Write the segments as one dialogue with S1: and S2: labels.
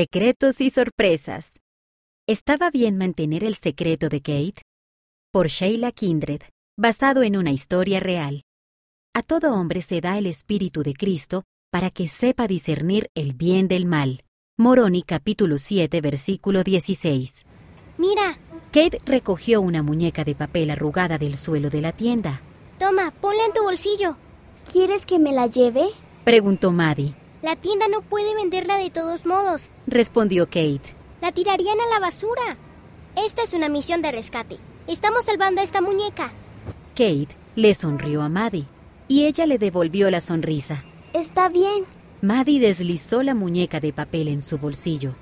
S1: Secretos y sorpresas. ¿Estaba bien mantener el secreto de Kate? Por Sheila Kindred, basado en una historia real. A todo hombre se da el Espíritu de Cristo para que sepa discernir el bien del mal. Moroni capítulo 7 versículo 16.
S2: Mira,
S1: Kate recogió una muñeca de papel arrugada del suelo de la tienda.
S2: toma, ponla en tu bolsillo. ¿Quieres que me la lleve?
S1: Preguntó Maddie.
S2: La tienda no puede venderla de todos modos.
S1: Respondió Kate.
S2: La tirarían a la basura. Esta es una misión de rescate. Estamos salvando a esta muñeca.
S1: Kate le sonrió a Maddie y ella le devolvió la sonrisa.
S2: Está bien.
S1: Maddie deslizó la muñeca de papel en su bolsillo.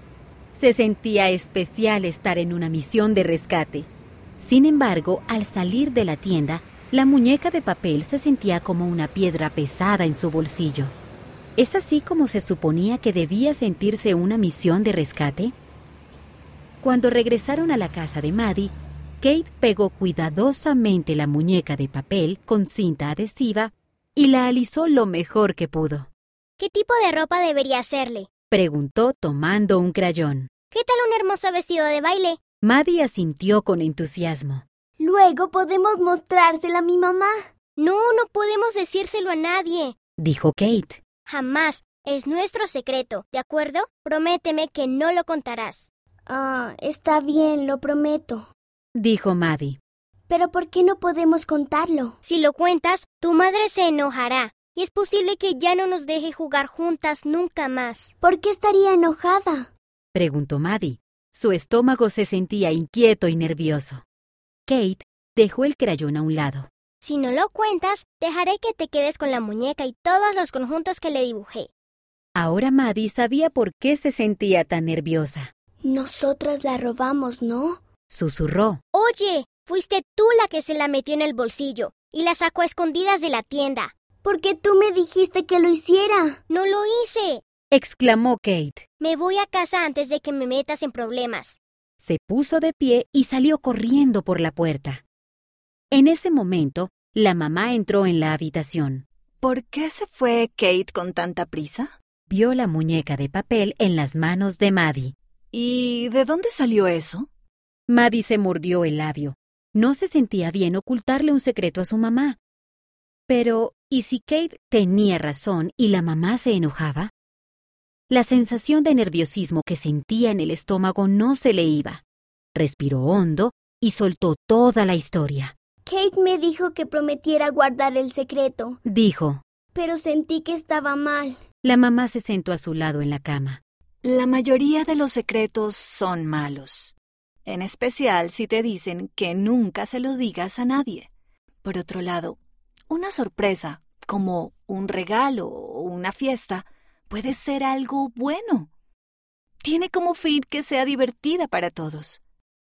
S1: Se sentía especial estar en una misión de rescate. Sin embargo, al salir de la tienda, la muñeca de papel se sentía como una piedra pesada en su bolsillo. ¿Es así como se suponía que debía sentirse una misión de rescate? Cuando regresaron a la casa de Maddie, Kate pegó cuidadosamente la muñeca de papel con cinta adhesiva y la alisó lo mejor que pudo
S2: ¿Qué tipo de ropa debería hacerle?
S1: preguntó tomando un crayón.
S2: ¿Qué tal un hermoso vestido de baile?
S1: Maddie asintió con entusiasmo.
S2: Luego podemos mostrársela a mi mamá. No, no podemos decírselo a nadie.
S1: Dijo Kate.
S2: Jamás. Es nuestro secreto, ¿de acuerdo? Prométeme que no lo contarás. Ah, está bien, lo prometo.
S1: Dijo Maddie.
S2: Pero ¿por qué no podemos contarlo? Si lo cuentas, tu madre se enojará. Y es posible que ya no nos deje jugar juntas nunca más. ¿Por qué estaría enojada?
S1: Preguntó Maddie. Su estómago se sentía inquieto y nervioso. Kate dejó el crayón a un lado.
S2: Si no lo cuentas, dejaré que te quedes con la muñeca y todos los conjuntos que le dibujé.
S1: Ahora Maddie sabía por qué se sentía tan nerviosa.
S2: Nosotras la robamos, ¿no?
S1: Susurró.
S2: Oye, fuiste tú la que se la metió en el bolsillo y la sacó a escondidas de la tienda. Porque tú me dijiste que lo hiciera. No lo hice.
S1: Exclamó Kate.
S2: Me voy a casa antes de que me metas en problemas.
S1: Se puso de pie y salió corriendo por la puerta. En ese momento, la mamá entró en la habitación.
S3: ¿Por qué se fue Kate con tanta prisa?
S1: Vio la muñeca de papel en las manos de Maddie.
S3: ¿Y de dónde salió eso?
S1: Maddie se mordió el labio. No se sentía bien ocultarle un secreto a su mamá. Pero, ¿y si Kate tenía razón y la mamá se enojaba? La sensación de nerviosismo que sentía en el estómago no se le iba. Respiró hondo y soltó toda la historia.
S2: Kate me dijo que prometiera guardar el secreto,
S1: Dijo.
S2: pero sentí que estaba mal.
S1: La mamá se sentó a su lado en la cama.
S3: La mayoría de los secretos son malos, en especial si te dicen que nunca se lo digas a nadie. Por otro lado, una sorpresa, como un regalo o una fiesta, puede ser algo bueno. Tiene como fin que sea divertida para todos.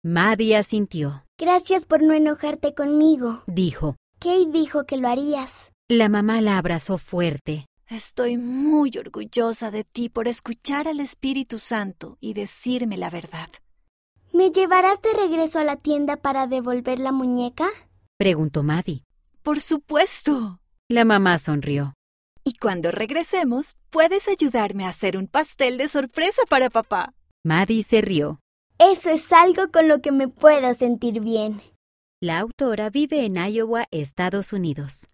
S1: Maddie asintió.
S2: Gracias por no enojarte conmigo.
S1: Dijo.
S2: Kate dijo que lo harías.
S1: La mamá la abrazó fuerte.
S3: Estoy muy orgullosa de ti por escuchar al Espíritu Santo y decirme la verdad.
S2: ¿Me llevarás de regreso a la tienda para devolver la muñeca?
S1: Preguntó Maddie.
S3: Por supuesto.
S1: La mamá sonrió.
S3: Y cuando regresemos, puedes ayudarme a hacer un pastel de sorpresa para papá.
S1: Maddie se rió.
S2: Eso es algo con lo que me puedo sentir bien.
S1: La autora vive en Iowa, Estados Unidos.